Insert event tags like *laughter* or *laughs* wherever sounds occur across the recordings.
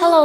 Hello，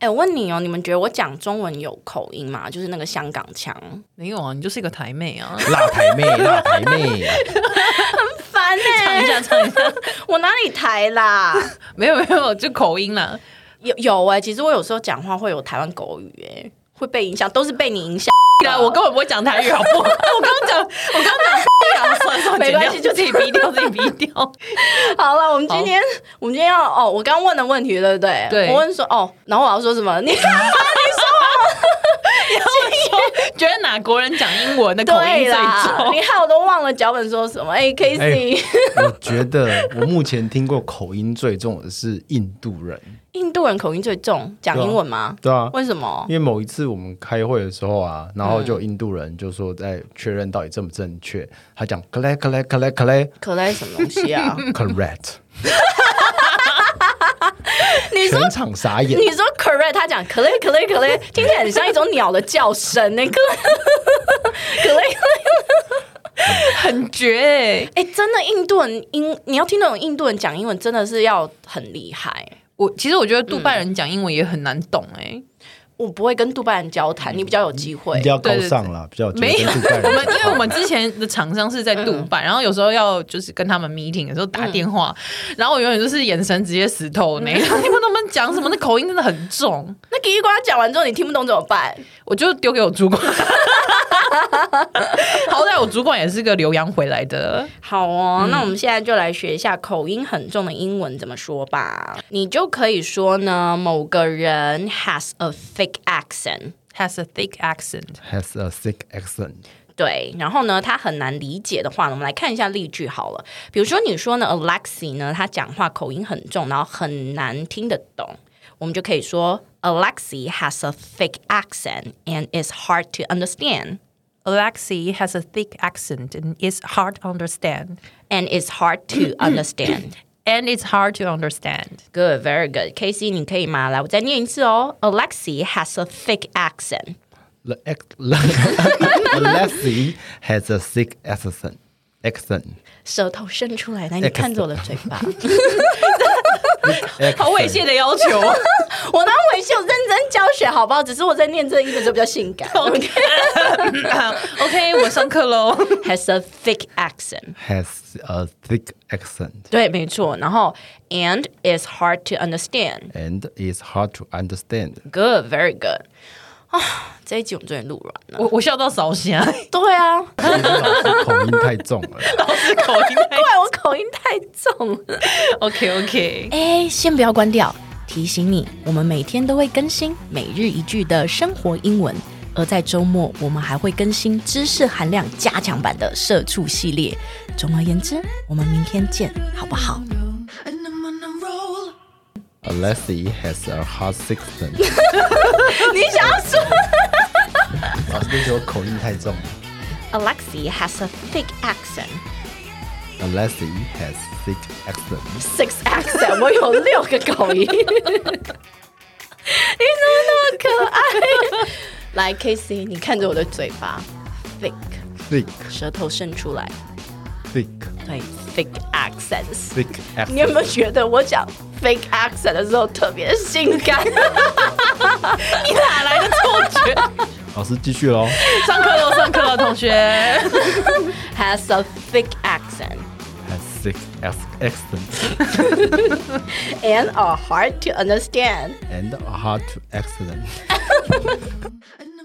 哎、我问你哦，你们觉得我讲中文有口音吗？就是那个香港腔，没有啊，你就是一个台妹 *laughs* 啊！辣台妹， *laughs* 辣台妹，烦欸唱一呢、下，唱一下，我哪里台啦？没有没有，就口音啦。 *laughs* 有有哎、其实我有时候讲话会有台湾狗语哎、会被影响，都是被你影响。对啊，我根本不会讲台语，好 *laughs* 不好？我刚刚讲，我刚刚讲 *laughs* 啊，算了算了，没关系剪掉自己逼掉，自己逼掉。 *laughs* 好了，我们今天我们今天要哦，我刚问的问题对不对？对我问说哦，然后我要说什么？ *laughs* 你 *laughs* 觉得哪国人讲英文的口音对最啦，你重？看我都忘了脚本说什么。哎，K C，我觉得我目前听过口音最重的是印度人，印度人口音最重，讲对啊英文吗？对啊，为什么因？为某一次我们开会的时候啊，然后就有印度人就说在确认到底正不正确，他讲 correct correct correct correct 可赖什么东西啊？ correct， *laughs* 你 *laughs* 说全场傻眼。你说 correct，他讲 c o r r e c t c o r r e c t c o r r e c t 听起来很像一种鸟的叫声欸那个 correct。很绝欸！哎、真的印度人英，你要听得懂印度人讲英文，真的是要很厉害。我其实我觉得杜拜人讲英文也很难懂哎。我不会跟杜拜人交嗯谈，你比较有机会比。较高尚啦，比较没有，就是跟杜拜我们 *laughs* 人因为我们之前的厂商是在杜拜，然后有时候要就是跟他们 meeting 的时候打电话，然后我永远就是眼神直接死透那 *laughs* 种，听不懂他们讲什么，那口音真的很重，那给一瓜讲完之后，你听不懂怎么办？我就丢给我主管。 *laughs* 好歹我主管也是个留洋回来的，好哦，那我们现在就来学一下口音很重的英文怎么说吧。你就可以说呢，某个人 has a thick accent， has a thick accent。 has a sick accent。对，然后呢，他很难理解的话呢，我们来看一下例句好了。比如说，你说呢，Alexi 呢，他讲话口音很重，然后很难听得懂，我们就可以说，Alexi has a thick accent and is hard to understand Alexi has a thick accent and it's hard to understand. and is hard to understand。 And it's hard to understand. Good, very good. K C，你可以吗？来，我再念一次哦。Alexi has a thick accent. The ex- *laughs* Alexi has a sick accent. Accent. 舌头伸出来，来，你 Accent 看着我的嘴巴。好猥亵的要求。 *laughs* 我当维修认真教学，好不好？只是我在念这一个就比较性 *laughs* 感。OK. *laughs* OK，我上课喽。 Has a thick accent. Has a thick accent 对，没错。然后，and is hard to understand. and is hard to understand. *laughs* Good, very good. 啊，这一集我们终于录完了。我我笑到烧 *laughs* 香，对啊，老师口音太重了。老师口音太怪我口音太重了。 *laughs* OK OK，哎，先不要关掉，提醒你，我们每天都会更新每日一句的生活英文，而在周末我们还会更新知识含量加强版的社畜系列。总而言之，我们明天见，好不好？ And I'm on a roll. Alessi has a hard accent. 你想要说老师觉得我口音太重了。 ？Alexi has a thick *laughs* accent, Alessi has thick accent. six accent，我有六个口音。你怎么那么可爱？ *laughs* 来，K C，你看着我的嘴巴，thick， Thick, 舌头伸出来， thick, 对，thick accents。 thick 你有没有 accent. 觉得我讲 fake accent 的时候特别性 *laughs* 感？你哪来的错觉 *laughs* 老师继续喽。上课喽，上课了，同学。 ？Has a fake accent Has thick ac- accent and are hard to understand. and a hard to accent. And